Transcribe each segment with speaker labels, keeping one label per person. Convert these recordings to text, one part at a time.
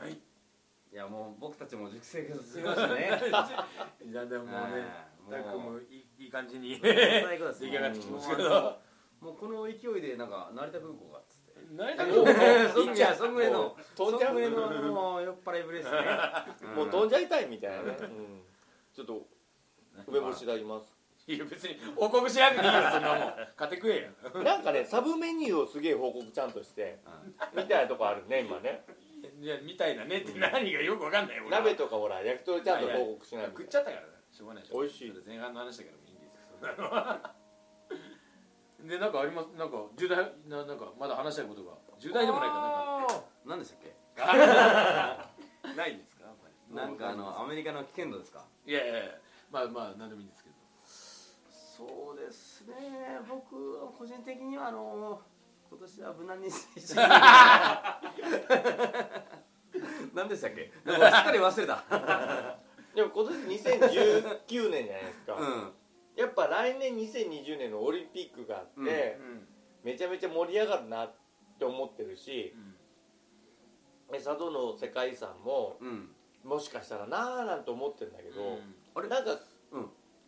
Speaker 1: はい
Speaker 2: いやもう僕たちも熟成が進みました ね
Speaker 1: いやでもね
Speaker 2: うん
Speaker 1: たっくん
Speaker 2: も
Speaker 1: も
Speaker 2: う
Speaker 1: いいいい感じに
Speaker 2: 最高です
Speaker 1: 出来上がってきてますけ
Speaker 2: もうあの
Speaker 1: ど
Speaker 2: もうこの勢いでなんか成田空港がっつって
Speaker 3: 成田空港
Speaker 2: そっちはそんぐらいの
Speaker 3: 飛んじゃ
Speaker 2: そ
Speaker 3: う
Speaker 2: んぐらいのあの酔っ払いぶり ですね
Speaker 3: もう飛んじゃいたいみたいなね、うんちょっと梅干しいただきま
Speaker 1: いや別に報告しなくていいよそんなもん買ってくれや
Speaker 3: すなんかねサブメニューをすげえ報告ちゃんとしてみたいなとこあるね今ね
Speaker 1: いやみたいなねって何がよくわかんない俺は
Speaker 3: 鍋とかほら焼き鳥ちゃんと報告しない
Speaker 1: 食っちゃったからねしょうがないでょ
Speaker 3: 美味しい
Speaker 1: 前半の話だけどいいんですよそんなのはでなんかありますなんか重大ななんかまだ話したいことが重大でもないか
Speaker 2: 何でしたっ
Speaker 1: な
Speaker 2: け
Speaker 1: んかないんですかあんまり
Speaker 2: なんかあのアメリカの危険度ですか
Speaker 1: いやいやいやまあまあ何でもいいんですけど
Speaker 2: そうですね僕は個人的にはあの今年は無難に 何でしたっけなんかすっかり忘れた
Speaker 3: でも今年2019年じゃないですか、
Speaker 2: うん
Speaker 3: やっぱ来年2020年のオリンピックがあって、
Speaker 2: うん
Speaker 1: うん
Speaker 3: めちゃめちゃ盛り上がるなって思ってるしえ佐渡の世界遺産も
Speaker 2: うん
Speaker 3: もしかしたらなーなんて思ってるんだけど、
Speaker 2: あれ
Speaker 3: なんか、
Speaker 2: うん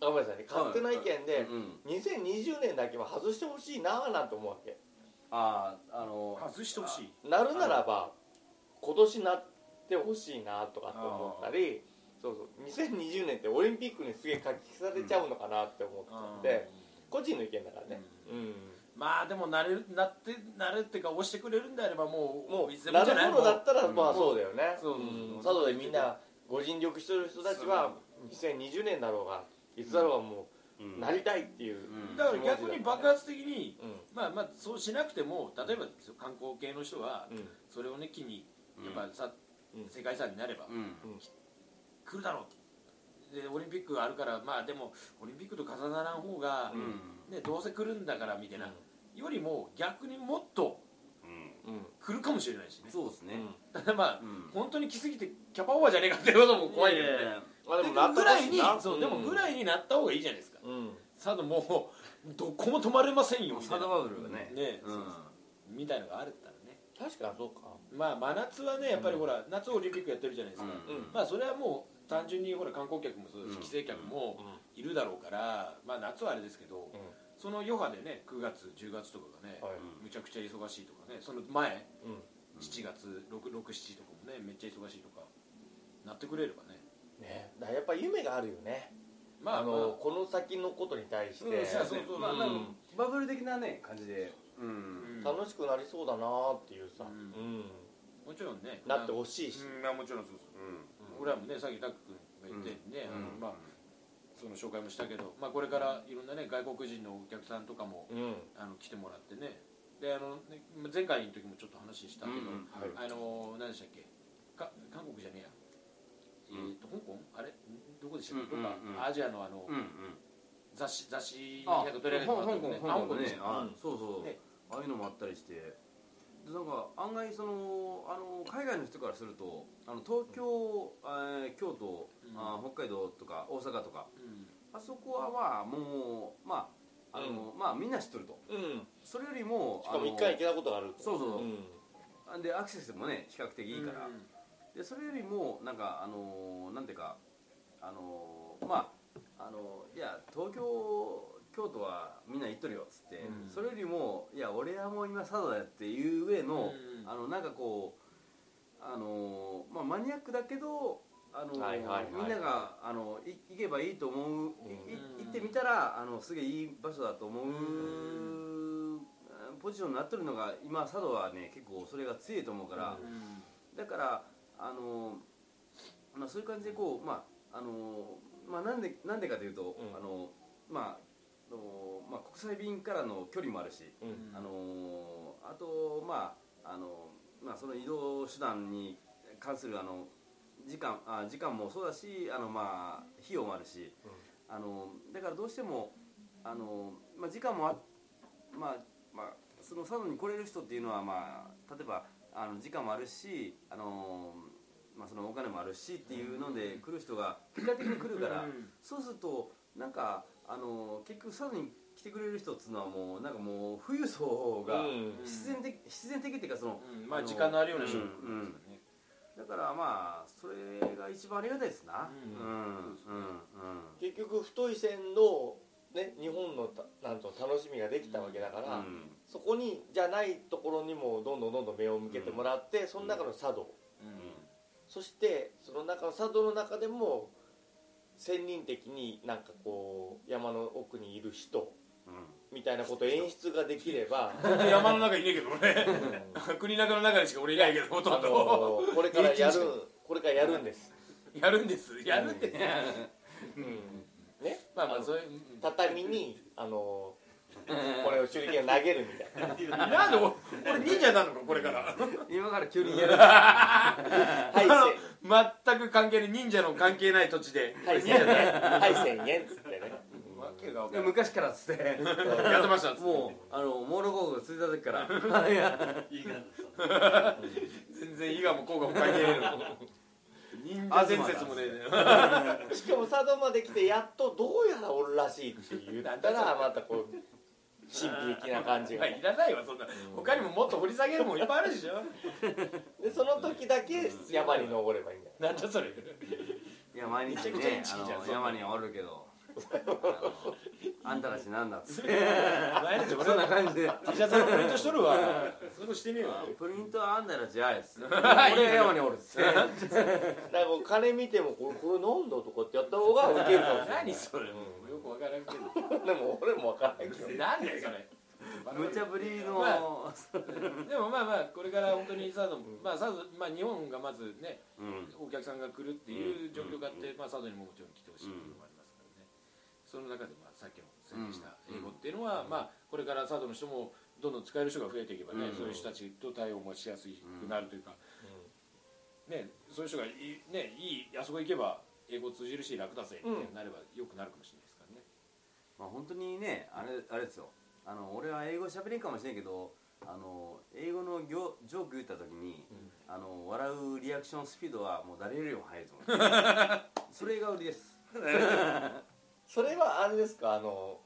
Speaker 3: あごめんなさいね勝手な意見
Speaker 2: う
Speaker 3: で、
Speaker 2: ん
Speaker 3: 2020年だけは外してほしいなーなんて思うわけ
Speaker 2: あああの
Speaker 1: 外してほしい
Speaker 3: なるならば今年なってほしいなとかって思ったりそうそう2020年ってオリンピックにすげえ書き消されちゃうのかなって思ってたんで、個人の意見だからね、うん
Speaker 1: まあでも慣れるなって慣れるっていうか押してくれるんであればもう
Speaker 3: も
Speaker 1: いつ
Speaker 3: う
Speaker 1: で
Speaker 3: な
Speaker 1: じゃない
Speaker 3: るものだったら
Speaker 1: も
Speaker 3: まあそうだよね、
Speaker 1: そうそう
Speaker 3: うん
Speaker 1: そ
Speaker 3: 佐
Speaker 1: う
Speaker 3: 渡でみんなご尽力してる人たちは2020年だろうがいつだろうがもうなりたいっていう、
Speaker 2: うん
Speaker 1: だから逆に爆発的に
Speaker 3: うん
Speaker 1: まあまあそうしなくても例えばですよ観光系の人は
Speaker 3: うん
Speaker 1: それをね機に
Speaker 2: うん
Speaker 1: やっぱさ、
Speaker 3: うん
Speaker 1: 世界遺産になれば
Speaker 2: うん
Speaker 1: 来るだろうでオリンピックがあるからまあでもオリンピックと重ならん方が、
Speaker 2: うん
Speaker 1: ね、どうせ来るんだからみたいな、よりも逆にもっと
Speaker 2: うん
Speaker 3: うん
Speaker 1: 来るかもしれないしね
Speaker 2: そうですね
Speaker 1: ただまあ、
Speaker 2: うん
Speaker 1: 本当に来すぎてキャパオーバーじゃねえかっていうことも怖いけどね
Speaker 2: ややや
Speaker 3: ま
Speaker 1: で
Speaker 3: あ
Speaker 1: もぐらいにそう、でもぐら
Speaker 3: い
Speaker 1: いになった方がいいじゃないですか
Speaker 3: うん
Speaker 1: 佐渡もうどこも止まれませんよみ
Speaker 2: サ
Speaker 1: たい
Speaker 2: ー
Speaker 1: な
Speaker 2: ドバブルがね
Speaker 1: ね
Speaker 2: うん
Speaker 1: みたいのがあるったらね
Speaker 3: 確かにそうか
Speaker 1: まあ真夏はねやっぱりほら、夏オリンピックやってるじゃないですか、
Speaker 3: うん
Speaker 1: まあそれはもう単純にほら観光客もそうだし
Speaker 2: うん
Speaker 1: 帰省客もいるだろうから、まあ、夏はあれですけど、
Speaker 3: うん
Speaker 1: その余波でね9月10月とかがね、
Speaker 3: はい
Speaker 1: むちゃくちゃ忙しいとかねその前
Speaker 3: うん
Speaker 1: 7月667とかもねめっちゃ忙しいとかなってくれればね
Speaker 3: ねだからやっぱ夢があるよね
Speaker 1: まあ
Speaker 3: あ
Speaker 1: まあ
Speaker 3: のこの先のことに対して、
Speaker 1: うんそうそうそう
Speaker 2: まあ
Speaker 1: うん
Speaker 2: なんかバブル的なね感じでう
Speaker 1: うんん
Speaker 3: 楽しくなりそうだなーっていうさ、
Speaker 1: う
Speaker 3: うんん
Speaker 1: もちろんね
Speaker 3: なってほしいし、
Speaker 1: うんまあもちろんそうそう俺らもねさっきタック君が言ってね、あのまあその紹介もしたけど、まあ、これからいろんなね外国人のお客さんとかも
Speaker 3: うん
Speaker 1: あの来てもらってねであのね前回の時もちょっと話したけど、
Speaker 2: うん
Speaker 3: はい
Speaker 1: あの何でしたっけか韓国じゃねえや、
Speaker 2: うん
Speaker 1: えっと香港あれんどこでしたっけ、
Speaker 2: うん
Speaker 1: どっか
Speaker 2: うんうん
Speaker 1: アジアのあの、
Speaker 2: うんうん
Speaker 1: 雑誌雑誌に
Speaker 2: あ
Speaker 1: なんか取り上げてもらったよね
Speaker 2: 香港
Speaker 1: あ
Speaker 2: ねあ
Speaker 3: うん
Speaker 2: そうそう
Speaker 1: ね
Speaker 2: ああいうのもあったりしてでなんか案外そのあの海外の人からするとあの東京えー京都
Speaker 1: うん
Speaker 2: あー北海道とか大阪とか
Speaker 1: うん
Speaker 2: あそこはまあもうまああのまあみんな知っとると
Speaker 3: うん、
Speaker 2: それよりも
Speaker 3: しかも
Speaker 2: 一
Speaker 3: 一回行けたことがあると
Speaker 2: そうそうそうんでアクセスもね比較的いいから、
Speaker 1: うん
Speaker 2: でそれよりもなんかあのーなんていうかあのーまああのーいや東京京都はみんな行っとるよっつって、
Speaker 1: うん
Speaker 2: それよりもいや俺はもう今佐渡やっていう上の、
Speaker 1: うん
Speaker 2: あのなんかこうあのーまあマニアックだけどあのー
Speaker 3: はいはいはい
Speaker 2: みんながあのい行けばいいと思う、い
Speaker 1: うん
Speaker 2: い行ってみたらあのすげえいい場所だと思う、
Speaker 1: う
Speaker 2: ポジションになっとるのが今佐渡はね結構それが強いと思うから。
Speaker 1: うん
Speaker 2: だからあのまあそういう感じでこうまああのまあなんでなんでかというと、
Speaker 3: うん
Speaker 2: あのまああのまあ国際便からの距離もあるし、
Speaker 3: うん
Speaker 1: うん
Speaker 2: あのあとまああのまあその移動手段に関するあの時間あ時間もそうだしあのまあ費用もあるし、あのだからどうしてもあのまあ時間もあまあまあその佐渡に来れる人っていうのはまあ例えばあの時間もあるしあのまあ、そのお金もあるしっていうので来る人が結果的に来るから、そうするとなんかあの結局サウナに来てくれる人っつうのはもうなんかもう富裕層が
Speaker 3: うん
Speaker 2: 必然的、必然的っていうかその
Speaker 1: うんまあ時間のあるような職ですよね
Speaker 2: だからまあそれが一番ありがたいですな
Speaker 1: うん
Speaker 2: うんうん
Speaker 3: 結局太い線の、ね、日本のたなんと楽しみができたわけだから、
Speaker 2: うん
Speaker 3: そこにじゃないところにもどんどんどんどん目を向けてもらって、その中の茶道、そしてその中の佐渡の中でも専任的になんかこう山の奥にいる人みたいなことを演出ができれば、
Speaker 1: うん 山の中いねえけど
Speaker 3: う
Speaker 1: ね
Speaker 3: ん
Speaker 1: 国中の中にしか俺いないけどほと
Speaker 3: あ
Speaker 1: んど
Speaker 3: のこれからや
Speaker 1: 平均 し
Speaker 3: るこれからやるんです、
Speaker 1: やるんですやるん です
Speaker 3: ね
Speaker 1: まあまあそういううん
Speaker 3: 畳にあ のこれを手裏剣を投げるみたいな
Speaker 1: なんで 俺俺忍者なのかこれから
Speaker 2: 今から急に言える
Speaker 3: はいせん
Speaker 1: 全く関係ない忍者の関係ない土地で
Speaker 3: はい千円はい千円っつって ね
Speaker 1: わけがわかんない
Speaker 2: 昔からっつって
Speaker 1: やってました
Speaker 2: もうあのモール工具がついた時からいや
Speaker 4: いいかな
Speaker 1: う全然伊賀も甲賀も関係ないの 忍者伝説もね
Speaker 3: しかも佐渡まで来てやっとどうやらおるらしいって言ったらまたこう神秘的な感じ
Speaker 1: い
Speaker 3: が
Speaker 1: やいらないわそんな他にももっと掘り下げるもんいっぱいあるでしょ
Speaker 3: でその時だけ山に登ればいいんだよ
Speaker 1: なんだ それ
Speaker 2: いや毎日
Speaker 1: めちゃくちゃい
Speaker 2: ね
Speaker 1: い地
Speaker 2: あ
Speaker 1: 位じゃんそ
Speaker 2: の
Speaker 1: んな
Speaker 2: 山にはおるけどあのあんたたちなんだっつって
Speaker 1: 毎日俺
Speaker 2: そん な
Speaker 1: ら
Speaker 2: 感じで
Speaker 1: T シャツのプリントしとるわそれもしてねえわ
Speaker 2: プリントはあんたたちやいっ す俺が山におるっつって
Speaker 3: だからもう金見てもこれこれなんだとかってやった方がウケる かもしれな い
Speaker 1: 何それもうよくわからんけど
Speaker 3: でも俺も分からんけど
Speaker 1: なんだよそれ
Speaker 2: 無茶ぶり
Speaker 1: ま
Speaker 2: の
Speaker 1: でもまあまあこれから本当にサードまあサードまあ日本がまずね
Speaker 2: うん
Speaker 1: お客さんが来るっていう状況があってまあサードにももちろん来てほしいっていうのもありますからねその中でまあさっきの宣言した英語っていうのはまあこれからサードの人もどんどん使える人が増えていけばね
Speaker 2: うん
Speaker 1: そういう人たちと対応もしやすくなるというかねそういう人がいいねいいあそこ行けば英語通じるし楽だぜってなればよくなるかもしれないですからね
Speaker 2: まあ本当にねあれあれですよあの俺は英語喋れんかもしれんけどあの英語の行ジョーク言った時に、あの笑うリアクションスピードはもう誰よりも速いと思 うそれが売りです
Speaker 3: それはあれですかあの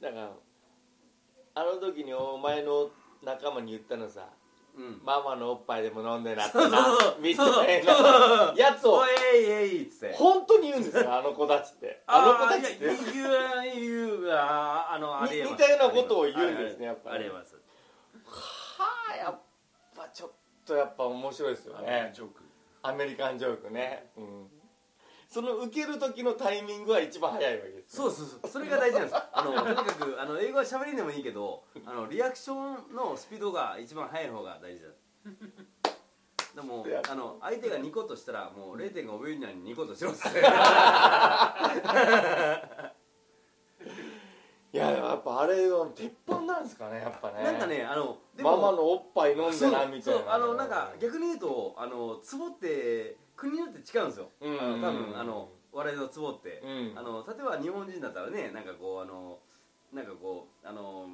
Speaker 3: だからあの時にお前の仲間に言ったのさ
Speaker 2: うん
Speaker 3: ママのおっぱいでも飲んでなって
Speaker 2: そうそう
Speaker 3: な
Speaker 2: そう
Speaker 3: みたいなやつを
Speaker 2: おえいえいっつって
Speaker 3: 本当に言うんですよあの子たちってあの子たちっ
Speaker 2: ー
Speaker 3: て
Speaker 2: いやいや言うあーあのありえます
Speaker 3: 似たようなことを言うんですねやっぱり
Speaker 2: ありえます
Speaker 3: はあやっぱちょっとやっぱ面白いですよね
Speaker 1: ジョーク
Speaker 3: アメリカンジョークね、うん、その受ける時のタイミングは一番早いわけです
Speaker 2: そうそうそうそれが大事なんですあのとにかくあの英語は喋れんでもいいけどあのリアクションのスピードが一番速い方が大事だでもあの相手がニコッとしたらもう0.5秒以内にニコッとしろっす
Speaker 3: いやでもやっぱあれは鉄板なんですかねやっぱね
Speaker 2: なんかねあの
Speaker 3: ママのおっぱい飲ん
Speaker 2: そ
Speaker 3: で
Speaker 2: う
Speaker 3: なみたい
Speaker 2: そう
Speaker 3: な
Speaker 2: あのなんか逆に言うとあのツボって国によって違うんですよ
Speaker 3: うん
Speaker 2: 多分あの笑いのツボって
Speaker 3: うん
Speaker 2: あの例えば日本人だったらねなんかこうあのなんかこうあの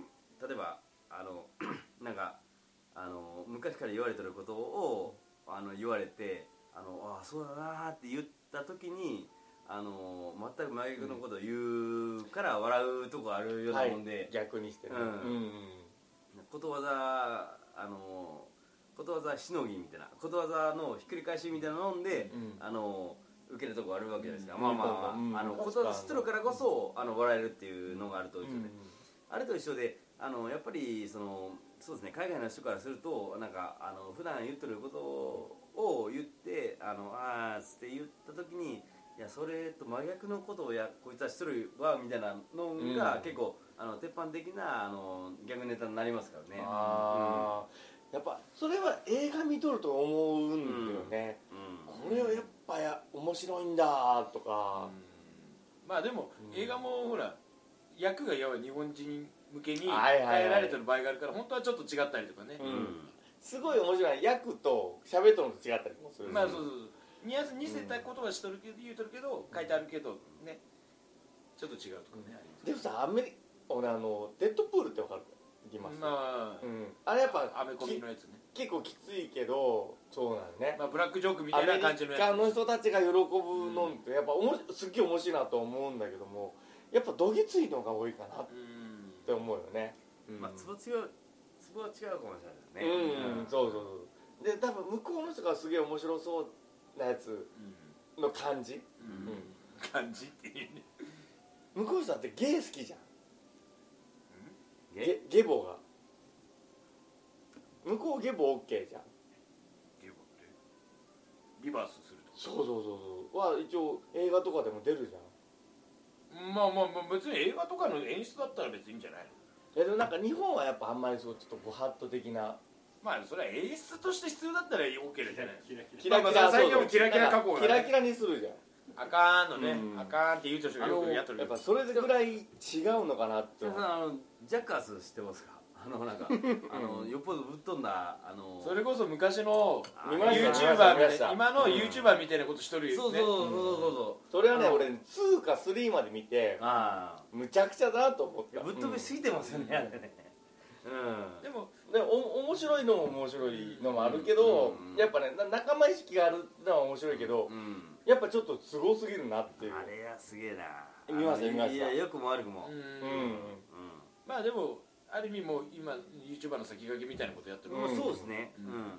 Speaker 2: 例えばあの なんかあの昔から言われてることをあの言われてあのあそうだなーって言った時にあの全く真逆のことを言うから笑うとこあるようなもん
Speaker 3: はい
Speaker 2: で、
Speaker 3: 逆にしてね
Speaker 2: うん
Speaker 3: うん
Speaker 2: ことわざあのことわざしのぎみたいなことわざのひっくり返しみたいなのんで、
Speaker 3: うん
Speaker 2: あの受けるとこあるわけじゃないですか、
Speaker 3: うん
Speaker 2: まあまあ、
Speaker 3: うん
Speaker 2: あのことわざ知ってるからこそあの笑えるっていうのがあると思うんですよね、あれと一緒であのやっぱりそのそうですね海外の人からするとなんかあの普段言ってることを言ってあのあーっつって言った時にいやそれと真逆のことをやこいつはしとるわみたいなの
Speaker 3: う
Speaker 2: が
Speaker 3: ん
Speaker 2: 結構、あの鉄板的なあの逆ネタになりますからね
Speaker 3: ああやっぱそれは映画見とると思うんだよね
Speaker 2: うん
Speaker 3: これはやっぱや面白いんだとか
Speaker 1: まあでも、
Speaker 3: うん
Speaker 1: 映画もほら役がやばい日本人向けに変
Speaker 3: はいはいはい
Speaker 1: えられてる場合があるから本当はちょっと違ったりとかね、
Speaker 3: うんすごい面白い役と喋っとるのと違ったりもするし
Speaker 1: まあそうそうそう似合わせ似せたことはしとるけど言うとるけど書いてあるけどねちょっと違うとかねあります
Speaker 3: でもさアメリ俺あのデッドプールってわかるきます、
Speaker 1: まあ
Speaker 3: うん、あれやっぱ
Speaker 1: アメコミ
Speaker 3: き
Speaker 1: のやつね
Speaker 3: 結構きついけどそうなんね
Speaker 1: まあブラックジョークみ
Speaker 3: ア
Speaker 1: たい
Speaker 3: メ
Speaker 1: な
Speaker 3: リ
Speaker 1: 感じのや
Speaker 3: カの人たちが喜ぶのってやっぱおもしすっげえ面白いなと思うんだけどもやっぱどぎついのが多いかなっ
Speaker 1: つうん
Speaker 3: て思うよね、うん
Speaker 2: まあツボ違うツボは違うかもしれないですね
Speaker 3: うん、そうそうそうで多分向こうの人がすげえ面白そうなやつの感じ、
Speaker 1: うう
Speaker 3: うんん
Speaker 1: ん感じっていうね
Speaker 3: 向こうの人だってゲイ好きじゃん
Speaker 2: え
Speaker 3: ゲゲボが向こうゲボ OK じゃん
Speaker 1: リバースすると
Speaker 3: そうそうそうそうは一応映画とかでも出るじゃん
Speaker 1: まあまあまあ別に映画とかの演出だったら別にいいんじゃないの
Speaker 3: えでもなんか日本はやっぱあんまりそうちょっとご法度的な
Speaker 1: まあそれは演出として必要だったら OK じゃない
Speaker 4: キラキラ
Speaker 1: キラキラ
Speaker 3: そうそう
Speaker 1: 最近はキラキラ加工がね
Speaker 3: キラキラにするじゃん
Speaker 1: あかんのね
Speaker 2: うん
Speaker 1: あかんって言うとしか
Speaker 2: あ
Speaker 1: よ
Speaker 2: の
Speaker 1: くやっとる
Speaker 3: や
Speaker 1: け
Speaker 3: っ
Speaker 1: ど
Speaker 3: ぱそれぐらい違うのかなって
Speaker 2: 皆
Speaker 3: 思
Speaker 2: さ
Speaker 3: うん
Speaker 2: あのジャッカース知ってますかあのなんかあのよっぽどぶっ飛んだあの
Speaker 1: それこそ昔の
Speaker 2: あ
Speaker 3: 見ました
Speaker 1: YouTuber
Speaker 3: 見ま
Speaker 1: みた
Speaker 3: し
Speaker 1: いな
Speaker 3: た
Speaker 1: 今の
Speaker 2: うん
Speaker 1: YouTuber みたいなことしとる
Speaker 2: そ
Speaker 1: よ
Speaker 2: うそう
Speaker 1: ね
Speaker 2: そうそうそう
Speaker 3: それはね
Speaker 2: あの
Speaker 3: 俺2か3まで見て
Speaker 2: あ
Speaker 3: むちゃくちゃだなと思っ
Speaker 2: あ
Speaker 3: た
Speaker 2: ぶっ飛びすぎてますよねあれね
Speaker 1: でも
Speaker 3: でお面白いのも面白いのもあるけど、
Speaker 2: うん
Speaker 3: やっぱねな仲間意識があるのは面白いけど、
Speaker 2: うんうん
Speaker 3: やっぱちょっとすごすぎるなっていう
Speaker 2: あれはすげえな
Speaker 3: 見まし
Speaker 2: あ
Speaker 3: た
Speaker 2: の
Speaker 3: 見ました
Speaker 2: いやよくも悪くも
Speaker 1: う
Speaker 3: うんん
Speaker 2: う
Speaker 1: まあでもある意味もう今 YouTuber の先駆けみたいなことやってる
Speaker 2: ん
Speaker 1: も
Speaker 2: ま
Speaker 1: ん
Speaker 2: あ
Speaker 1: ね
Speaker 2: そうですね
Speaker 1: う
Speaker 2: うんんうんうん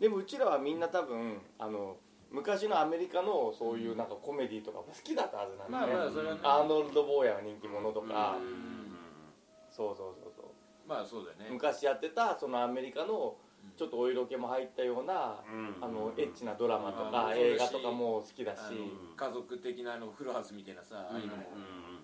Speaker 3: でもうちらはみんな多分あの昔のアメリカのそういうなんかコメディとかも好きだったはずなん
Speaker 1: まあ
Speaker 3: で、ね
Speaker 1: まあそれはね
Speaker 3: アーノルド・ボーヤの人気者とか、
Speaker 2: うんうんうん
Speaker 3: そうそうそうそう
Speaker 1: まあそうだよね
Speaker 3: 昔やってたそのアメリカのちょっとお色気も入ったような、
Speaker 2: うん
Speaker 3: あのエッチなドラマと
Speaker 1: う
Speaker 3: か
Speaker 1: ん
Speaker 3: 映画とかも好きだし
Speaker 1: あの家族的なあのフルハウスみたいなさああいうのも
Speaker 2: うんうんうん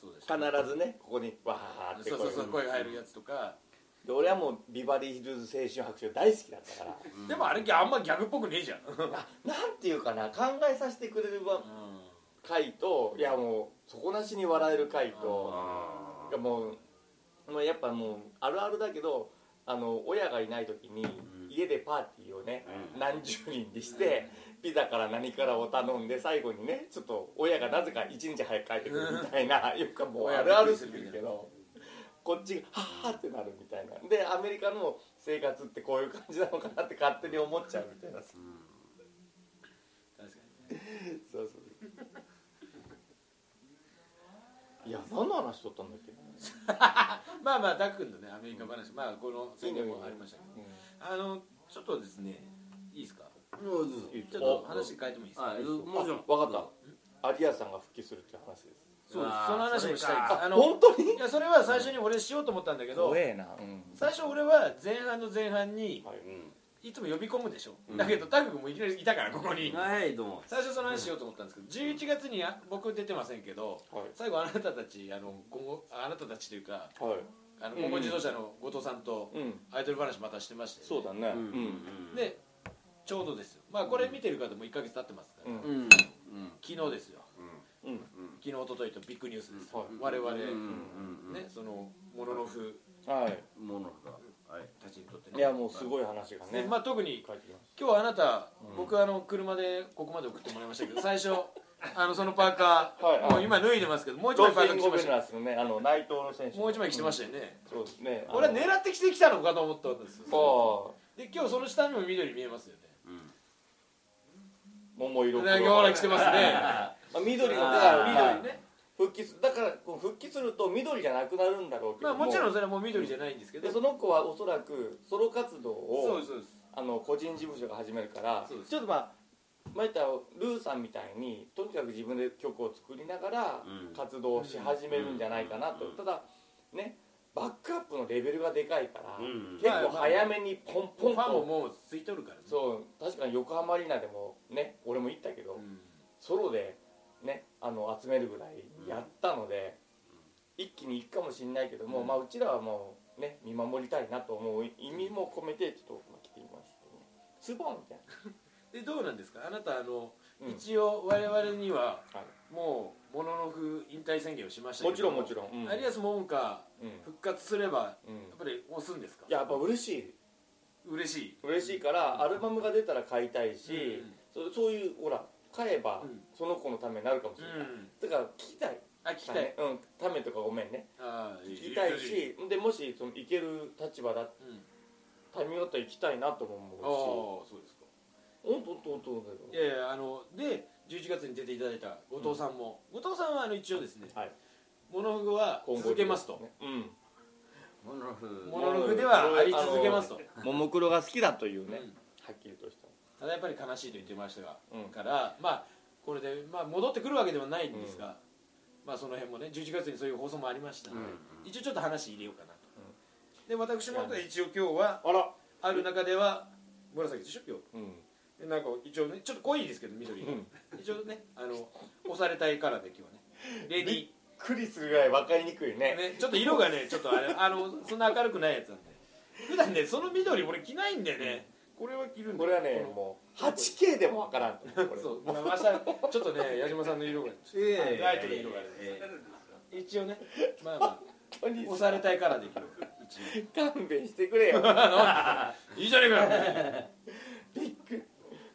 Speaker 1: そうだし
Speaker 3: 必ずねここにバーって
Speaker 1: そ
Speaker 3: こ
Speaker 1: うそうそう
Speaker 3: う
Speaker 1: 声が入るやつとか
Speaker 3: で俺はもうビバリーヒルズ青春白書大好きだっ たから
Speaker 2: うん
Speaker 1: でもあれあんまギャグっぽくねえじゃん
Speaker 3: ななんていうかな考えさせてくれるば回といやもう底なしに笑える回と
Speaker 2: あ
Speaker 3: いやもうもうやっぱもうあるあるだけどあの親がいない時に
Speaker 2: ん
Speaker 3: 家でパーティーをね
Speaker 2: うん
Speaker 3: 何十人でしてピザから何からを頼んで最後にねちょっと親がなぜか一日早く帰ってくるみたいなよくもうあるあるすぎるけど。こっちがハッハってなるみたいなでアメリカの生活ってこういう感じなのかなって勝手に思っちゃうみたいな
Speaker 2: ーうん
Speaker 1: 確か
Speaker 3: そう そういや何の話しとったんだっけ、
Speaker 1: にまあまあダックンのねアメリカ話まあこの戦略もありましたけど
Speaker 3: う
Speaker 1: あのちょっとですねいいですか
Speaker 2: うんうん
Speaker 3: ん、
Speaker 1: ちょっと話変えてもいいですか
Speaker 2: あもちろん
Speaker 3: 分かった有安さんが復帰するっていう話です
Speaker 1: そう
Speaker 2: う
Speaker 1: です
Speaker 2: わー
Speaker 1: その話もしたいで
Speaker 2: それ
Speaker 1: す
Speaker 2: か
Speaker 1: あの
Speaker 3: 本当に
Speaker 1: いやそれは最初に俺しようと思ったんだけど
Speaker 3: えな、うん
Speaker 1: 最初俺は前半の前半に
Speaker 3: はい
Speaker 1: いつも呼び込むでしょ、
Speaker 2: うん
Speaker 1: だけどタク君もいきなりいたからここに、
Speaker 2: はいどうも
Speaker 1: 最初その話しようと思ったんですけど11月にあ僕出てませんけど
Speaker 3: はい
Speaker 1: 最後あなたたちあの今後あなたたちというか
Speaker 3: はい
Speaker 1: あの
Speaker 3: うん
Speaker 1: 高校自動車の後藤さんと
Speaker 3: うん
Speaker 1: アイドル話またしてましたよね
Speaker 3: そうだね
Speaker 2: う
Speaker 3: うんん
Speaker 1: でちょうどですよまあこれ見てる方も1か月経ってますから、
Speaker 3: う
Speaker 2: う
Speaker 3: ん
Speaker 2: んうんうん
Speaker 1: 昨日ですよ
Speaker 3: うん
Speaker 1: 昨日一昨日とビッグニュースです、
Speaker 3: はい
Speaker 1: 我々、
Speaker 2: うんうんうん
Speaker 1: ねそのモノノフ
Speaker 3: はい
Speaker 2: ものがはい
Speaker 1: たちにとって
Speaker 3: い
Speaker 1: ね
Speaker 3: やもうすごい話が
Speaker 1: で
Speaker 3: ね、
Speaker 1: まあ、特に
Speaker 3: 書いてきま
Speaker 1: 今日あなた、僕あの車でここまで送ってもらいましたけど最初あのそのパーカー、
Speaker 3: はいはい
Speaker 1: もう今脱いでますけどもう一
Speaker 3: ロ
Speaker 1: 枚
Speaker 3: ス
Speaker 1: パーカ
Speaker 3: イ
Speaker 1: ー着
Speaker 3: ンゴ
Speaker 1: てまし
Speaker 3: ベル
Speaker 1: た
Speaker 3: ナーズのねあの内藤の選手
Speaker 1: もう一枚着てましたよね、
Speaker 3: そうですね
Speaker 1: 俺は
Speaker 3: ね
Speaker 1: 狙って着てきたのかと思ったんですよ
Speaker 3: あの
Speaker 1: で今日その下にも緑見えますよね
Speaker 2: うん
Speaker 3: 桃色
Speaker 1: ほら着てますね
Speaker 3: まあ、緑のだか
Speaker 2: あ
Speaker 3: ら
Speaker 2: ー
Speaker 3: まあ
Speaker 1: 緑ね
Speaker 3: 復帰すだからこう復帰すると緑じゃなくなるんだろうけ
Speaker 1: ま
Speaker 3: ど
Speaker 1: あもちろんそれはもう緑じゃないんですけど、
Speaker 3: で
Speaker 1: そ
Speaker 3: その子はおそらくソロ活動
Speaker 1: う
Speaker 3: を
Speaker 1: ですそうです
Speaker 3: あの個人事務所が始めるから
Speaker 1: そうです
Speaker 3: ちょっとまあまあ言ったらルーさんみたいにとにかく自分で曲を作りながら
Speaker 2: うん
Speaker 3: 活動し始めるんじゃないかなと、
Speaker 2: うん
Speaker 3: ただねバックアップのレベルがでかいから、
Speaker 2: うん
Speaker 3: 結構早めにポン
Speaker 1: フ
Speaker 3: ポン
Speaker 1: ァンも
Speaker 3: と、
Speaker 1: もうついとるからね
Speaker 3: そう確かに横浜アリーナでもね俺も行ったけど、
Speaker 1: うん
Speaker 3: ソロでねあの集めるぐらいやったので、一気にいくかもしれないけども、う
Speaker 1: うん
Speaker 3: まあうちらはもうね見守りたいなと思う意味も込めてちょっとまあ来てみましたねズボンみたい
Speaker 1: でどうなんですかあなたあの、
Speaker 3: な、うん
Speaker 1: 一応我々には
Speaker 3: は
Speaker 1: もうモノノフ引退宣言をしましたけど
Speaker 3: もちろんもちろん、うん
Speaker 1: 有安モンカ
Speaker 3: うん
Speaker 1: 復活すれば
Speaker 3: うん
Speaker 1: やっぱり押すんですか
Speaker 3: いややっぱ嬉しい
Speaker 1: 嬉しい
Speaker 3: 嬉しいからアルバムが出たら買いたいし、
Speaker 1: うん
Speaker 3: そそういうほら買えば
Speaker 1: うん
Speaker 3: その子のためになるかもしれない、
Speaker 1: うん
Speaker 3: だから聞きたい
Speaker 1: あ聞きたい
Speaker 3: うんためとかごめんね
Speaker 1: ああ
Speaker 3: 聞きたいしでもしその行ける立場だっ
Speaker 1: うん
Speaker 3: タイミングだったら行きたいなとも
Speaker 1: ああ
Speaker 3: 思
Speaker 1: そうですか
Speaker 3: うしおんとおんとおんとおんだ
Speaker 1: いやいやあので11月に出ていただいた後藤さんも、後藤さんはあの一応ですね、
Speaker 3: はい
Speaker 1: モノフグは続けますと、
Speaker 3: うん
Speaker 2: モノフ
Speaker 1: モノログではあり続けますと、
Speaker 3: ももクロが好きだという
Speaker 1: う
Speaker 3: ね
Speaker 1: ん
Speaker 3: はっきりとした
Speaker 1: ただやっぱり悲しいと言ってましたが、
Speaker 3: うん
Speaker 1: からまあこれで、まあ、戻ってくるわけではないんですが、まあその辺もね11月にそういう放送もありましたので、
Speaker 2: うん
Speaker 1: 一応ちょっと話入れようかなと、で私も一応今日は
Speaker 3: あら
Speaker 1: ある中では紫でしょ今
Speaker 3: うん
Speaker 1: 日でなんか一応ねちょっと濃いですけど緑が、一応ねあの押されたいカラーで今日はねレディー
Speaker 3: クリスぐらい分かりにくいね
Speaker 1: ね、ちょっと色がねちょっとあれあのそんな明るくないやつなんで普段ねその緑俺着ないんでねこれは着るんだ
Speaker 3: これはねもう 8K でも分からんと思うこれ
Speaker 1: そうまあ明日ちょっとね矢島さんの色が
Speaker 2: いやいやいや
Speaker 1: ライトの色がある
Speaker 2: え
Speaker 1: 一応ねまあま
Speaker 3: 本当
Speaker 1: あ
Speaker 3: に
Speaker 1: 押されたいからできる一
Speaker 3: 勘弁してくれよ
Speaker 1: 応いいじゃねえか
Speaker 3: びっくり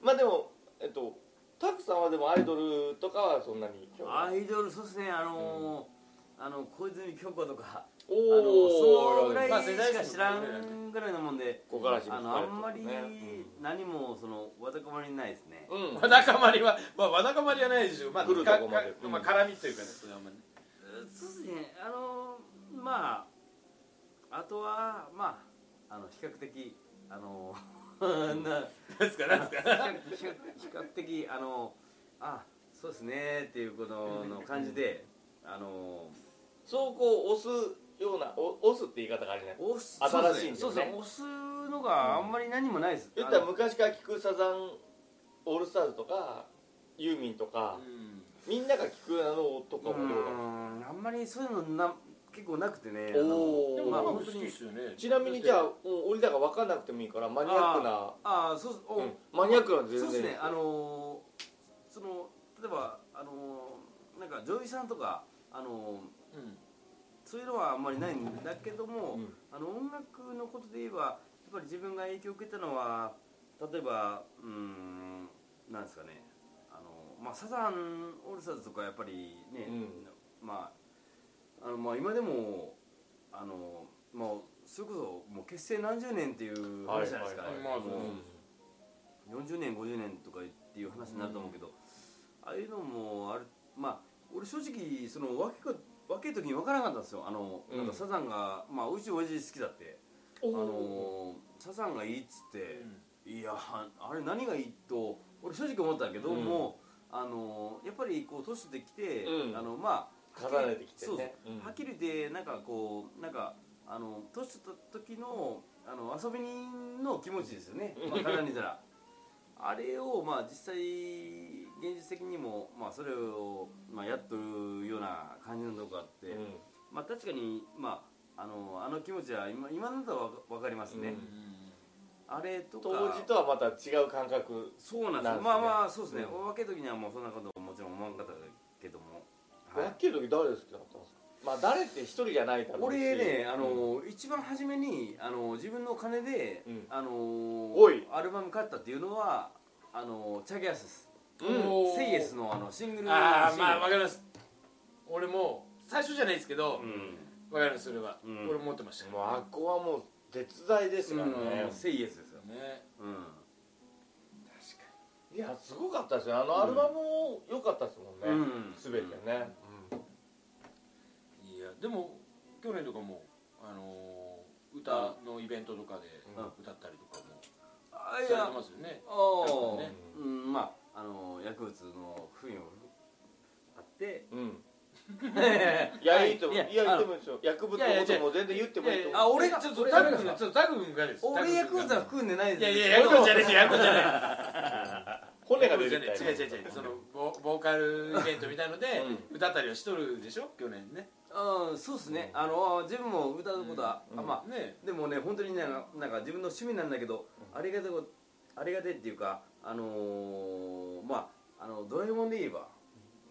Speaker 3: まあでもえっとタクさんはでもアイドルとかはそんなに興味
Speaker 2: ア
Speaker 3: ない
Speaker 2: イドルそうですねあのーあの小泉京子とかあ
Speaker 3: お
Speaker 2: のそのぐら
Speaker 1: まあ
Speaker 2: い
Speaker 1: 世
Speaker 2: し
Speaker 1: 代
Speaker 2: か
Speaker 1: です
Speaker 2: 知
Speaker 1: も
Speaker 2: ら
Speaker 1: んね
Speaker 2: んぐらいのもんで
Speaker 3: 木枯らしに
Speaker 2: あ
Speaker 3: 吹かれてるね
Speaker 2: のあんまり
Speaker 3: うん
Speaker 2: 何もそのわだかまりないですね
Speaker 3: うん
Speaker 1: わだかまりはまあわだかまりはないでしょまあ
Speaker 3: 来るとこまで
Speaker 1: かかまあ絡みというかねそれはあんまりね
Speaker 2: そうですねあのーまああとはまああの比較的あのー な
Speaker 1: なんですかなんです
Speaker 2: 比
Speaker 1: か
Speaker 2: 較比較比較的あのあそうですねっていうこのの感じであの
Speaker 3: そうこう押すようなお押すって言い方があるじゃない
Speaker 2: 押す
Speaker 3: 新しいんだよね
Speaker 2: そうですね押すのがあんまり何もないです、
Speaker 3: 言った
Speaker 2: あ
Speaker 3: ら
Speaker 2: の
Speaker 3: 昔から聞くサザンオールスターズとかユーミンとか、みんなが聞くあのとか
Speaker 2: う
Speaker 3: もどうだろ
Speaker 2: んあんまりそういうのな結構なくてねあ
Speaker 1: で
Speaker 2: の
Speaker 3: うで
Speaker 1: も
Speaker 3: も
Speaker 1: ま
Speaker 3: ま
Speaker 1: あ
Speaker 3: あ
Speaker 1: 本
Speaker 2: 本
Speaker 1: 当
Speaker 2: 当
Speaker 1: に
Speaker 2: に
Speaker 1: いいですよね
Speaker 3: ちなみにじゃあもう俺だから分かんなくてもいいからマニアックな
Speaker 2: ああそうですお、
Speaker 3: うんマニアックなの全然
Speaker 2: そうですねあのーその例えばあのーなんか女優さんとかあのー
Speaker 1: うん
Speaker 2: そういうのはあんまりないんだけども、
Speaker 3: うん
Speaker 2: あの音楽のことで言えばやっぱり自分が影響を受けたのは例えばうーんなんですかねあの、まあ、サザンオールスターズとかやっぱりね、まああのまあ今でもあの、まあ、それこそもう結成何十年っていう話じゃないですか、
Speaker 3: はいはい
Speaker 1: はいまあ
Speaker 2: もう
Speaker 1: そう
Speaker 2: 40年50年とかっていう話になると思うけど、ああいうのもあるまあ俺正直その訳が若い時に分からなかったんですよあの、
Speaker 3: うん
Speaker 2: なんかサザンがまあうち親父好きだってあのサザンがいいっつって、いやあれ何がいいと俺正直思ったけども、あのやっぱりこう年取ってきて、
Speaker 3: うん
Speaker 2: あのまあはっきり
Speaker 3: 重ねてきてね
Speaker 2: そうそう
Speaker 3: うん
Speaker 2: はっきり言ってなんかこうなんかあの年取った時のあの遊び人の気持ちですよね、まあ、簡単に言ったらあれをまあ実際現実的にも、まあ、それを、まあ、やっとるような感じのとこあって、
Speaker 3: うん
Speaker 2: まあ確かにまああのあの気持ちは今今のだとわかわかりますね、
Speaker 3: うん
Speaker 2: あれとか
Speaker 3: 当時とはまた違う感覚
Speaker 2: そうなんですよ
Speaker 3: なんですね
Speaker 2: まあまあそうですね、
Speaker 3: う
Speaker 2: 若い時にはもうそんなことももちろん思わなかったけども、はい
Speaker 3: やっける時誰ですけどまあ誰って一人じゃないだろうし
Speaker 2: 俺ねあの、一番初めにあの自分の金で、
Speaker 3: うん
Speaker 2: あの
Speaker 3: おい
Speaker 2: アルバム買ったっていうのはあのチャゲアスです
Speaker 3: う
Speaker 2: 「
Speaker 3: ん
Speaker 2: セイエスのあのシングル
Speaker 1: ああ
Speaker 2: シングル
Speaker 1: まあわかります俺も最初じゃないですけど
Speaker 2: うん
Speaker 1: わかりますそれは
Speaker 2: うん
Speaker 1: 俺持ってました
Speaker 3: もうあっこはもう絶大ですからね、
Speaker 2: うんセイエスですよ、
Speaker 1: ね
Speaker 2: うん、
Speaker 3: いやすごかったですよあのアルバムも良かったですもんね、
Speaker 2: うん
Speaker 3: 全てね、
Speaker 1: いやでも去年とかもあのー歌のイベントとかで
Speaker 3: うん
Speaker 1: 歌ったりとかも
Speaker 2: あ
Speaker 1: され
Speaker 2: い
Speaker 1: て
Speaker 2: や
Speaker 1: ますよね
Speaker 2: お
Speaker 1: ね
Speaker 2: ねうん、まああの薬物の不意をあって
Speaker 3: うん
Speaker 2: い
Speaker 3: いやいいと思ういや
Speaker 2: や
Speaker 3: いい
Speaker 2: あの
Speaker 3: と思うですよ薬物
Speaker 1: いやいや
Speaker 3: のこと
Speaker 1: じゃあ
Speaker 3: も全然言ってもいいと思う
Speaker 2: あ俺が
Speaker 1: ちょっと
Speaker 2: 俺
Speaker 1: タ
Speaker 2: が
Speaker 1: ク
Speaker 2: です
Speaker 1: 君
Speaker 2: か
Speaker 1: ちょっとタク君がです
Speaker 2: 俺
Speaker 1: タク
Speaker 2: 薬
Speaker 1: 君
Speaker 2: 物
Speaker 1: が
Speaker 2: は含んでないです
Speaker 1: いやいやヤクザじゃねえしヤクザじゃね
Speaker 3: 骨
Speaker 1: え
Speaker 3: が出てきた
Speaker 1: 違う違う違うそのボボーカルイベントみたいので
Speaker 3: う
Speaker 1: 歌ったりはしとるでしょ去年ね
Speaker 2: うんそうですねあの自分も歌うことは、
Speaker 3: うん
Speaker 2: あまあ
Speaker 1: ね
Speaker 2: でもね本当になんかなんか自分の趣味なんだけど、ありがたいことありがたいっていうかあのーまああのドラえもんで言えば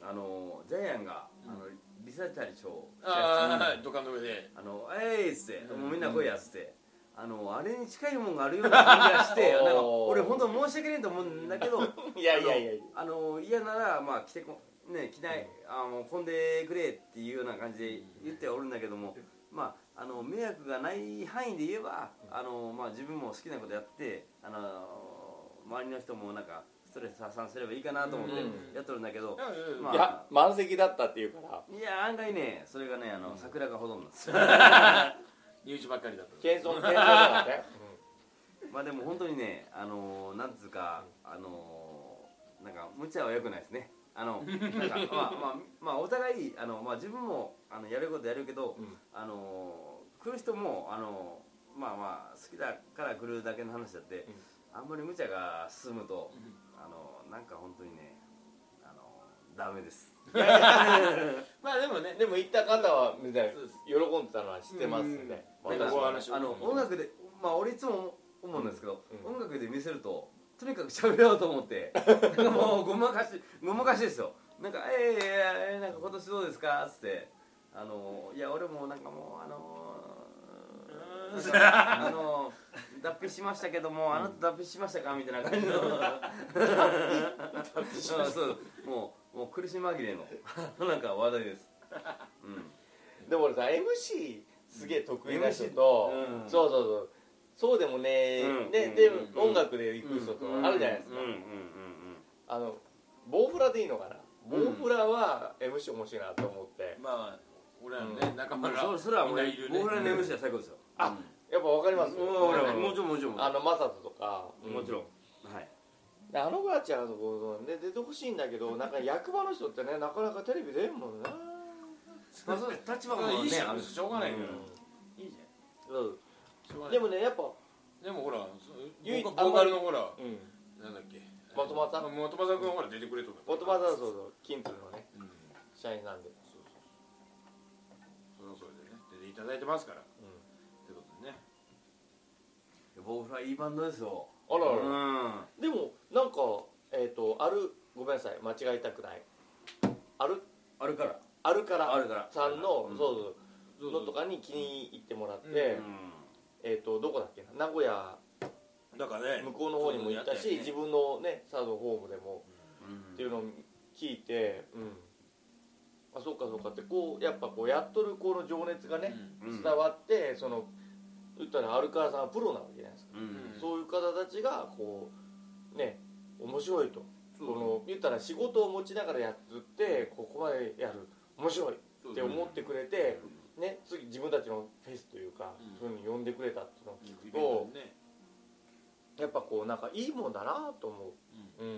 Speaker 2: あのジャイアンが、あのリサーチャリショー
Speaker 1: ああ土管の上で
Speaker 2: あの「えい!」っつって「
Speaker 1: うん
Speaker 2: もうみんな来いや」っつって、あのあれに近いもんがあるような感じがしてなんか
Speaker 3: おー
Speaker 2: 俺本当申し訳ねえと思うんだけど
Speaker 3: いやいやいやいや
Speaker 2: あのあの嫌ならまあ来てこね機内、あの混んでくれっていうような感じで言ってはおるんだけども、まああの迷惑がない範囲で言えば、あのまあ自分も好きなことやってあの周りの人もなんかストレス発散すればいいかなと思って
Speaker 1: うん
Speaker 2: やっとるんだけど、
Speaker 1: うん
Speaker 2: まあ
Speaker 3: いや満席だったっていうから
Speaker 2: いや案外ねそれがねあの桜がほとんどなんですよ
Speaker 1: 身内ばっかりだと
Speaker 3: 謙遜謙遜だからね、
Speaker 2: まあでも本当にねあのなんつうかあのなんか無茶は良くないですねあのなんかまあまあまあお互いあのまあ自分もあのやることやるけど、
Speaker 3: うん
Speaker 2: あの来る人もあのまあまあ好きだから来るだけの話だって、あんまり無茶が進むと、あのなんか本当にねあのダメです
Speaker 1: まあでもね
Speaker 3: でも行った方はみたいな
Speaker 1: そうです
Speaker 3: 喜んでたのは知ってます
Speaker 1: うん
Speaker 3: んで、
Speaker 1: な
Speaker 3: 私
Speaker 1: んかこう
Speaker 3: は
Speaker 1: 話を
Speaker 2: あの
Speaker 1: うん
Speaker 2: 音楽でまあ俺いつも思うんですけど、
Speaker 3: うん
Speaker 2: 音楽で見せるととにかく 喋ろうと思ってなんかもうごまかしごまかしですよなんか「えー、えーなんか今年どうですか?」っつって「あのいや俺もなんかもうあの
Speaker 1: う
Speaker 2: なんかあの脱皮しましたけども、あなた脱皮しましたかみたいな感じのうんそうもうもう苦し紛れのなんか話題です、うん、
Speaker 3: でも俺さ MC すげえ得意な人と、
Speaker 2: うんうん
Speaker 3: そうそうそうそうでもね、
Speaker 2: うん
Speaker 3: で,、
Speaker 2: うん
Speaker 3: で
Speaker 2: うん
Speaker 3: 音楽で行く人とあるじゃないですか、
Speaker 2: うんうんうん
Speaker 3: あのボウフラでいいのかなボ
Speaker 2: うん
Speaker 3: ウフラは MC 面白いなと思って、
Speaker 1: まあ俺らのね仲間
Speaker 2: うん
Speaker 1: が
Speaker 2: それそれはもう
Speaker 1: みんないるね
Speaker 2: 僕らの MC は最高ですよ
Speaker 3: あ
Speaker 2: うん
Speaker 3: やっぱ分かります、
Speaker 2: も
Speaker 1: ん
Speaker 2: もちろんもちろん
Speaker 3: あのマサトとか、
Speaker 2: もちろんはい
Speaker 3: であの子たちはあの子で出てほしいんだけどなんか役場の人ってねなかなかテレビ出るもんね
Speaker 2: まあそう立場
Speaker 1: まあ
Speaker 2: も
Speaker 1: いい
Speaker 2: ね
Speaker 1: し
Speaker 2: ある
Speaker 1: しょうがないけど
Speaker 2: うん
Speaker 1: いいじ
Speaker 3: う
Speaker 1: ゃんしょうが
Speaker 3: ん
Speaker 1: ない
Speaker 3: でもねやっぱ、
Speaker 1: でもほらそう
Speaker 3: 唯一
Speaker 1: ボーカボーカルのほら
Speaker 3: うん、
Speaker 1: なんだっけ
Speaker 3: 元松さん
Speaker 1: 元松さん君はほら出てくれとか
Speaker 3: 元バザーそうそう金鶴のね
Speaker 1: うん
Speaker 3: 社員なんで、
Speaker 1: そうそうそうそれはそれでね出ていただいてますからってことでね
Speaker 2: ボーフラいいバンドですよ
Speaker 3: あらあら
Speaker 2: うん
Speaker 3: でもなんかえっ、とあるごめんなさい間違えたくないある
Speaker 2: あるから
Speaker 3: あるから
Speaker 2: あるから
Speaker 3: さんの、
Speaker 2: うん
Speaker 3: そ
Speaker 1: そ
Speaker 3: うそうう
Speaker 1: そ
Speaker 3: の
Speaker 1: う
Speaker 3: とかに気に入ってもらって、
Speaker 1: うん
Speaker 2: うん
Speaker 3: えっ、とどこだっけな名古屋
Speaker 1: だからね
Speaker 3: 向こうの方にも行ったし、
Speaker 1: そういうのや
Speaker 3: 自分のねサードホームでもっていううのを聞いて、あそうかそうかってこうやっぱこうやっとる子の情熱が
Speaker 1: た
Speaker 3: ね
Speaker 1: よ、うん
Speaker 2: ん
Speaker 3: 伝わってその言ったらアルカラさんはプロなわけじゃないですか、
Speaker 2: うん
Speaker 3: そういう方たちがこうね面白いと
Speaker 1: そう
Speaker 3: この言ったら仕事を持ちながらやってここまでやる面白いって思ってくれて、ね、次自分たちのフェスというか、
Speaker 1: うん
Speaker 3: そういうのに呼んでくれたっていうのを
Speaker 1: 聞
Speaker 3: 聞
Speaker 1: く
Speaker 3: くと、
Speaker 1: ね
Speaker 3: やっぱこうなんかいいもんだなと思う、うん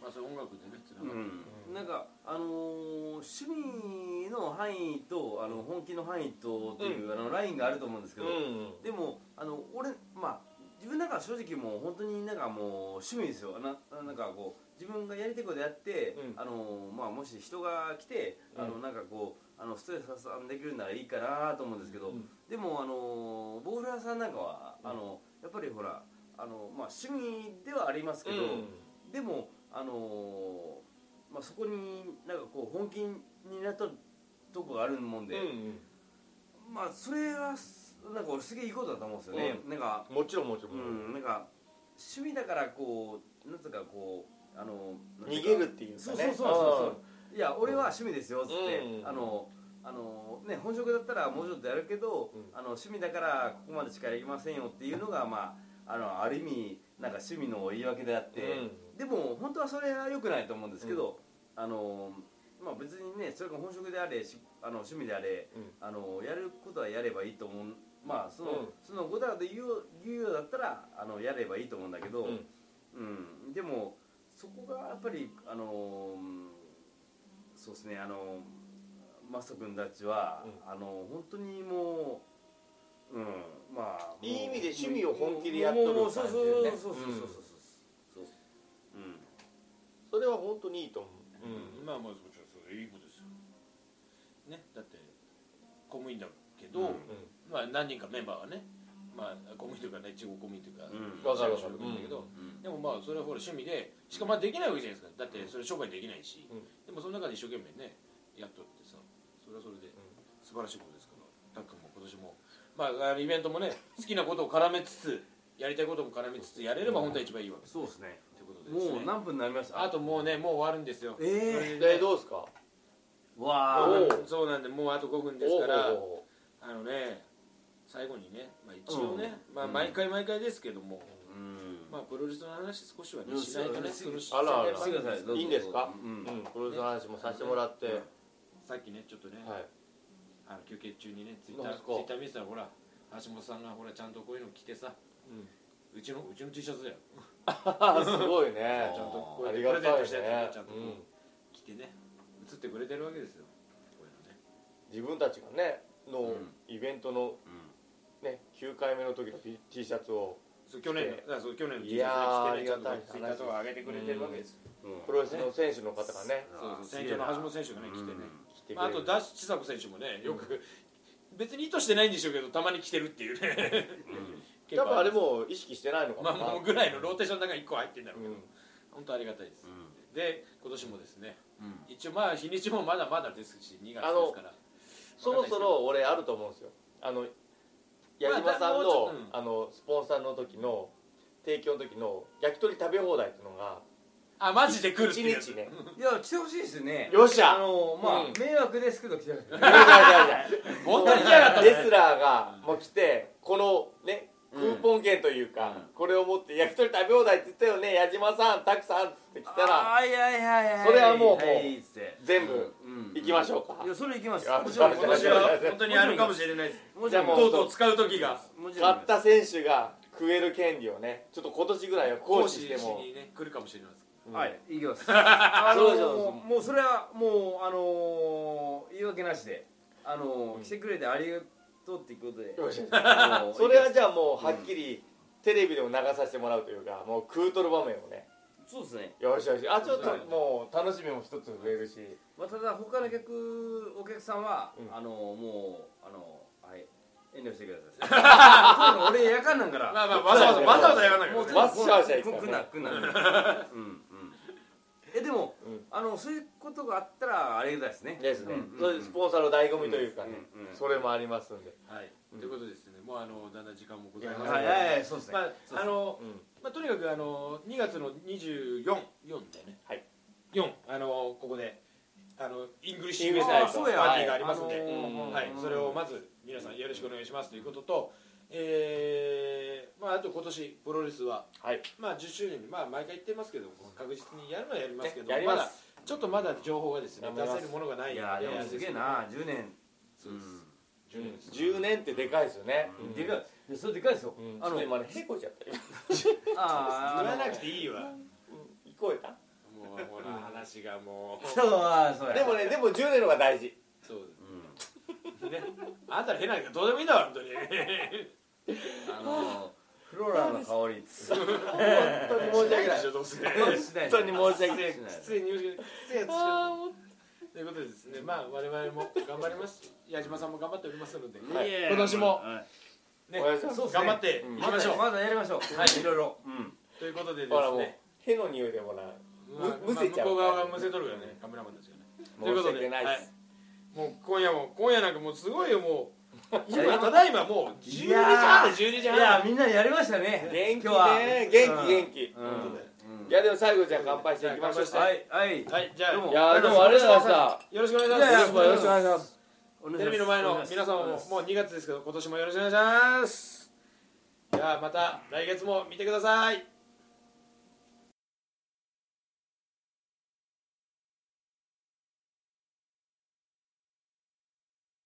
Speaker 1: まあそれ音楽でねつな
Speaker 2: う
Speaker 1: がる
Speaker 2: んなんかあのー趣味の範囲とあの本気の範囲とっていうあのラインがあると思うんですけど
Speaker 3: うん
Speaker 2: でもあの俺まあ自分なんか正直もう本当になんかもう趣味ですよななんかこう自分がやりたいことやって、
Speaker 3: うん
Speaker 2: あのまあもし人が来て、あ
Speaker 3: う
Speaker 2: の
Speaker 3: ん
Speaker 2: なんかこうあのストレス発散できるならいいかなと思うんですけど、
Speaker 3: うん
Speaker 2: でもあのボーフラーさんなんかは、
Speaker 3: うん
Speaker 2: あのやっぱりほらあのまあ趣味ではありますけど、でもあのまあそこになんかこう本気になったとこがあるもんで、
Speaker 3: うん
Speaker 2: まあそれはすなんか俺すげえいいことだと思うんですよね、なんか
Speaker 3: もちろんもちろん、
Speaker 2: うんなんか趣味だからこうなんつうかこうあのなんていう
Speaker 3: 逃
Speaker 2: か
Speaker 3: げるっていうかね
Speaker 2: そうそうそうそうそういや俺は趣味ですよっつって、
Speaker 3: うん
Speaker 2: あのあのね本職だったらもうちょっとやるけど、
Speaker 3: うん
Speaker 2: あの趣味だからここまでしかやりませんよっていうのがまああのある意味なんか趣味の言い訳であって、
Speaker 3: うん
Speaker 2: でも本当はそれは良くないと思うんですけど、あのまあ別にねそれが本職であれしあの趣味であれ、
Speaker 3: うん
Speaker 2: あのやることはやればいいと思うまあその、
Speaker 3: うん
Speaker 2: その五だで言う言うようだったらあのやればいいと思うんだけど、
Speaker 3: うん
Speaker 2: うんでもそこがやっぱりあのそうですねあのマスト君たちは、
Speaker 3: う
Speaker 2: あの本当にもう、うん、まあもう
Speaker 3: いい意味で趣味を本気でやっとる感じだよね
Speaker 2: もうそうそうそうそうそうそうそうそううん
Speaker 3: それは本当にいいと思う、
Speaker 1: うんまあまあもちろんそれいいことですよねだって公務員だけど、
Speaker 2: うん
Speaker 1: まあ何人かメンバーはねまあ公務員というかね地方公務員というか、
Speaker 2: うん
Speaker 3: わかるわかる
Speaker 1: 職員だけど、
Speaker 2: うん
Speaker 1: でもまあそれはほら趣味でしかもまあできないわけじゃないですかだってそれ商売できないし、
Speaker 3: うん
Speaker 1: でもその中で一生懸命ねやっとってさそれはそれで素晴らしいことですからたっくんも今年もまああのイベントもね好きなことを絡めつつやりたいことも絡めつつやれれば本当は一番いいわけです
Speaker 2: そうですね
Speaker 1: ってことことですね
Speaker 2: もう何分になりました
Speaker 1: あともうねもう終わるんですよ
Speaker 2: ええ
Speaker 3: でどうですか
Speaker 2: わあ
Speaker 3: おう
Speaker 1: そうなんでもうあと5分ですから
Speaker 3: おうおうおう
Speaker 1: あのね最後にね、まあ、一応ね、
Speaker 2: うん
Speaker 1: まあ、
Speaker 2: うん
Speaker 1: 毎回毎回ですけども、
Speaker 2: うん
Speaker 1: まあ、プロレスの話少しはね
Speaker 2: うん
Speaker 1: しないとね
Speaker 2: そうです
Speaker 1: その
Speaker 3: あらあら
Speaker 1: 世
Speaker 2: して
Speaker 1: 界
Speaker 2: く
Speaker 1: 観
Speaker 2: ださいどうぞ
Speaker 3: いいんですか
Speaker 2: う
Speaker 3: うんんプロレスの話もさせてもらって、
Speaker 2: うん
Speaker 1: さっきねちょっとね、
Speaker 3: はい
Speaker 1: あの休憩中にねツイッタ
Speaker 3: なん
Speaker 1: ー
Speaker 3: です
Speaker 1: ツ
Speaker 3: か
Speaker 1: イッター見てたらほら橋本さんがほらちゃんとこういうの着てさうちのうちの T シャツだよ
Speaker 3: あー すごいね
Speaker 1: ちゃんとこうや
Speaker 3: あ
Speaker 1: って
Speaker 3: り
Speaker 1: プ
Speaker 3: が
Speaker 1: レゼン
Speaker 3: たい
Speaker 1: トしたやつ
Speaker 3: ね
Speaker 1: ねちゃんと
Speaker 3: うん
Speaker 1: 着てね映ってくれてるわけですよこういうのね
Speaker 3: 自分たちがね
Speaker 2: う
Speaker 3: の
Speaker 2: ん
Speaker 3: イベントのね9回目の時の T- T シャツを
Speaker 1: そう去年の
Speaker 3: 着て
Speaker 1: だからそう去年の T
Speaker 3: い
Speaker 1: シ
Speaker 3: や
Speaker 1: ャツね着て
Speaker 3: ー
Speaker 1: ねちゃんと
Speaker 3: ありがたい
Speaker 1: ツイッターとか上げてくれてるわけですよ
Speaker 2: うん
Speaker 3: プロレスの選手の方がね
Speaker 1: そうそう
Speaker 2: す
Speaker 1: 選
Speaker 2: げ
Speaker 1: 手
Speaker 2: え
Speaker 1: の
Speaker 2: な
Speaker 1: 橋本選手がね着てね
Speaker 3: 来てくれる、
Speaker 1: まあ、あとダッシュ千佐子選手もねよく、別に意図してないんでしょうけどたまに来てるっていうね
Speaker 3: やっぱあれ
Speaker 1: 結
Speaker 3: も意識してないのか
Speaker 1: 構あ
Speaker 3: な、
Speaker 1: るまあもうぐらいのローテーションの中に1個入ってんだろ
Speaker 3: う
Speaker 1: うけど、
Speaker 3: ん
Speaker 1: 本当ありがたいです、で今年もですね
Speaker 2: うんうん
Speaker 1: 一応まあ日にちもまだまだですし2月です
Speaker 3: あの
Speaker 1: から
Speaker 3: そろそろ俺あると思うんですよあの矢島さん
Speaker 1: もうちょ
Speaker 3: の,、
Speaker 1: っとうん
Speaker 3: あのスポンサーの時の提供の時の焼き鳥食べ放題っていうのが
Speaker 1: あマジで来るって
Speaker 3: 一
Speaker 1: いうやつ
Speaker 3: 日ね
Speaker 2: いや来てほしいですね
Speaker 3: よっしゃ
Speaker 2: あのま
Speaker 3: うん
Speaker 2: あ迷惑ですけど来てほしい
Speaker 3: いやいやいやいや
Speaker 1: 本当に来やがったね
Speaker 3: レスラーがもう来てこのねクーポン券というか、
Speaker 2: うん
Speaker 3: これを持って焼き鳥食べ放題って言ったよね矢島さんたくさんって来たら
Speaker 2: あーいやいやいや
Speaker 3: それはもう
Speaker 2: いいっすね
Speaker 3: 全部
Speaker 2: うん
Speaker 3: 行きましょうか、
Speaker 2: いやそれ行きます
Speaker 3: や
Speaker 2: もちろん
Speaker 1: 今年は本当にあるかもしれないです
Speaker 2: も
Speaker 3: じ
Speaker 2: ち
Speaker 3: ゃあ
Speaker 2: ろん
Speaker 3: も
Speaker 1: とうとう使う時が
Speaker 2: もちろん
Speaker 3: 勝った選手が食える権利をねちょっと今年ぐらいは行使しても
Speaker 1: 講師にね来るかもしれないです
Speaker 2: はい行きます あの
Speaker 3: そうそうそう
Speaker 2: もうそれはもうあのー言い訳なしであのー
Speaker 3: うん
Speaker 2: 来てくれてありがとうっていうことで
Speaker 3: よしよし
Speaker 2: あのー
Speaker 3: それはじゃあもうはっきりテレビでも流させてもらうというかもう食うとる場面をね
Speaker 2: そうですね
Speaker 3: よしよしあちょっと
Speaker 1: はい
Speaker 3: もう楽しみも一つ増えるし
Speaker 2: まあただ他の客お客さんは
Speaker 3: うん
Speaker 2: あのーもうあのーはい遠慮してくださいそ ういうの俺夜間なんから
Speaker 1: まあまあわざわざわざわざやらないけ
Speaker 2: も
Speaker 1: ど
Speaker 2: う
Speaker 1: ね
Speaker 2: ち
Speaker 3: マ
Speaker 2: ょ
Speaker 3: ッ
Speaker 2: っ
Speaker 3: シ
Speaker 2: と
Speaker 3: ャーじゃいく
Speaker 2: 来ん
Speaker 3: から
Speaker 2: な
Speaker 3: ね
Speaker 2: 来んなうんうんえでも
Speaker 3: うん
Speaker 2: あのそういうことがあったらあれですね
Speaker 3: ですね
Speaker 2: うんうん
Speaker 3: そういうスポンサーの醍醐味というかね
Speaker 2: うんうん
Speaker 3: それもありますんで
Speaker 1: はい、ということですねもうあのだんだん時間もございますので
Speaker 2: はいはいはいそうですね
Speaker 1: ま
Speaker 2: そう
Speaker 1: あ、あ
Speaker 2: ですね
Speaker 1: の
Speaker 3: うん
Speaker 1: まあ、とにかくあの2月の244だよね、
Speaker 3: はい、
Speaker 1: 4あのここであのイングリッシュ
Speaker 3: イン
Speaker 1: ユ
Speaker 3: グ
Speaker 1: ー
Speaker 3: リッ
Speaker 1: ス
Speaker 3: シュ
Speaker 1: ナイ
Speaker 3: ナイ
Speaker 1: ト
Speaker 3: ト
Speaker 1: パーティーがありますんで、
Speaker 2: あの
Speaker 3: ー
Speaker 1: はい
Speaker 2: うん、
Speaker 1: それをまず皆さんよろしくお願いしますということと、えーまあ、あと今年プロレスは、
Speaker 3: はい
Speaker 1: まあ、10周年で、まあ、毎回言ってますけど確実にやるのはやりますけど、
Speaker 3: ねやり
Speaker 1: ま
Speaker 3: ます
Speaker 1: だちょっとまだ情報がですね
Speaker 3: やめ
Speaker 1: 出
Speaker 3: ます
Speaker 1: せるものがない
Speaker 2: いやでもすげえな10年
Speaker 1: そうです
Speaker 3: う
Speaker 1: 10
Speaker 3: ん
Speaker 1: 年です
Speaker 3: 10年ってでかいですよね
Speaker 2: うんでかいいやそれでかいですよ
Speaker 3: うんちょ
Speaker 2: あ
Speaker 3: っと
Speaker 2: の
Speaker 3: 今ねへこいちゃったよ
Speaker 2: あ
Speaker 1: 言わな
Speaker 2: あ
Speaker 1: くていいわ
Speaker 3: うん行こうよな
Speaker 1: もうほら話がもう
Speaker 2: そうあそうや
Speaker 3: でもねでも10年の方が大事
Speaker 1: そうです
Speaker 2: うん
Speaker 1: ね、あんたら変なけどどうでもいいんだわ本当に
Speaker 2: あのフローラルの香りつっ
Speaker 3: 本当に申し訳ない
Speaker 1: どうせね
Speaker 2: しない
Speaker 3: 本当に申し訳ない
Speaker 2: しない
Speaker 1: 失礼に申し訳ない失礼やつしかということでですねまあ我々も頑張ります矢島さんも頑張っておりますので、ね、
Speaker 3: はい
Speaker 2: いや
Speaker 1: 今年も
Speaker 2: はい
Speaker 3: お願いします
Speaker 2: そうですね
Speaker 1: 頑張っていき
Speaker 2: ま
Speaker 1: ましょう、
Speaker 2: だまだやりましょう
Speaker 1: はい
Speaker 2: いろいろうん
Speaker 1: ということでで
Speaker 3: ほら
Speaker 1: す
Speaker 3: もう
Speaker 1: ね
Speaker 3: への匂いでもな
Speaker 1: まあまあ
Speaker 3: むむせちゃう
Speaker 1: 向こう側がむせとるからねカメラマンですよねというこ
Speaker 3: 申し
Speaker 1: とで
Speaker 3: 訳ないです
Speaker 1: はい、もう今夜も今夜なんかもうすごいよもう今ただいまもう12時半で12
Speaker 2: い
Speaker 1: 時
Speaker 2: や
Speaker 1: 半
Speaker 2: みんなやりましたね
Speaker 3: 元気
Speaker 2: 今日は
Speaker 3: ね元気元気
Speaker 2: うん
Speaker 1: 本当
Speaker 2: うん
Speaker 3: いやでも最後じゃあ乾杯していきましょう
Speaker 1: 乾杯
Speaker 2: はいはい
Speaker 1: はいじゃあ
Speaker 2: どうも
Speaker 3: いやでもありがとうございました
Speaker 1: よろしくお願いし
Speaker 2: いやい
Speaker 1: ま
Speaker 2: や
Speaker 1: す
Speaker 2: もうよろしくお願い
Speaker 3: します
Speaker 2: お願いします
Speaker 1: テレビの前の皆様ももう2月ですけど今年もよろしくお願いしますじゃあまた来月も見てください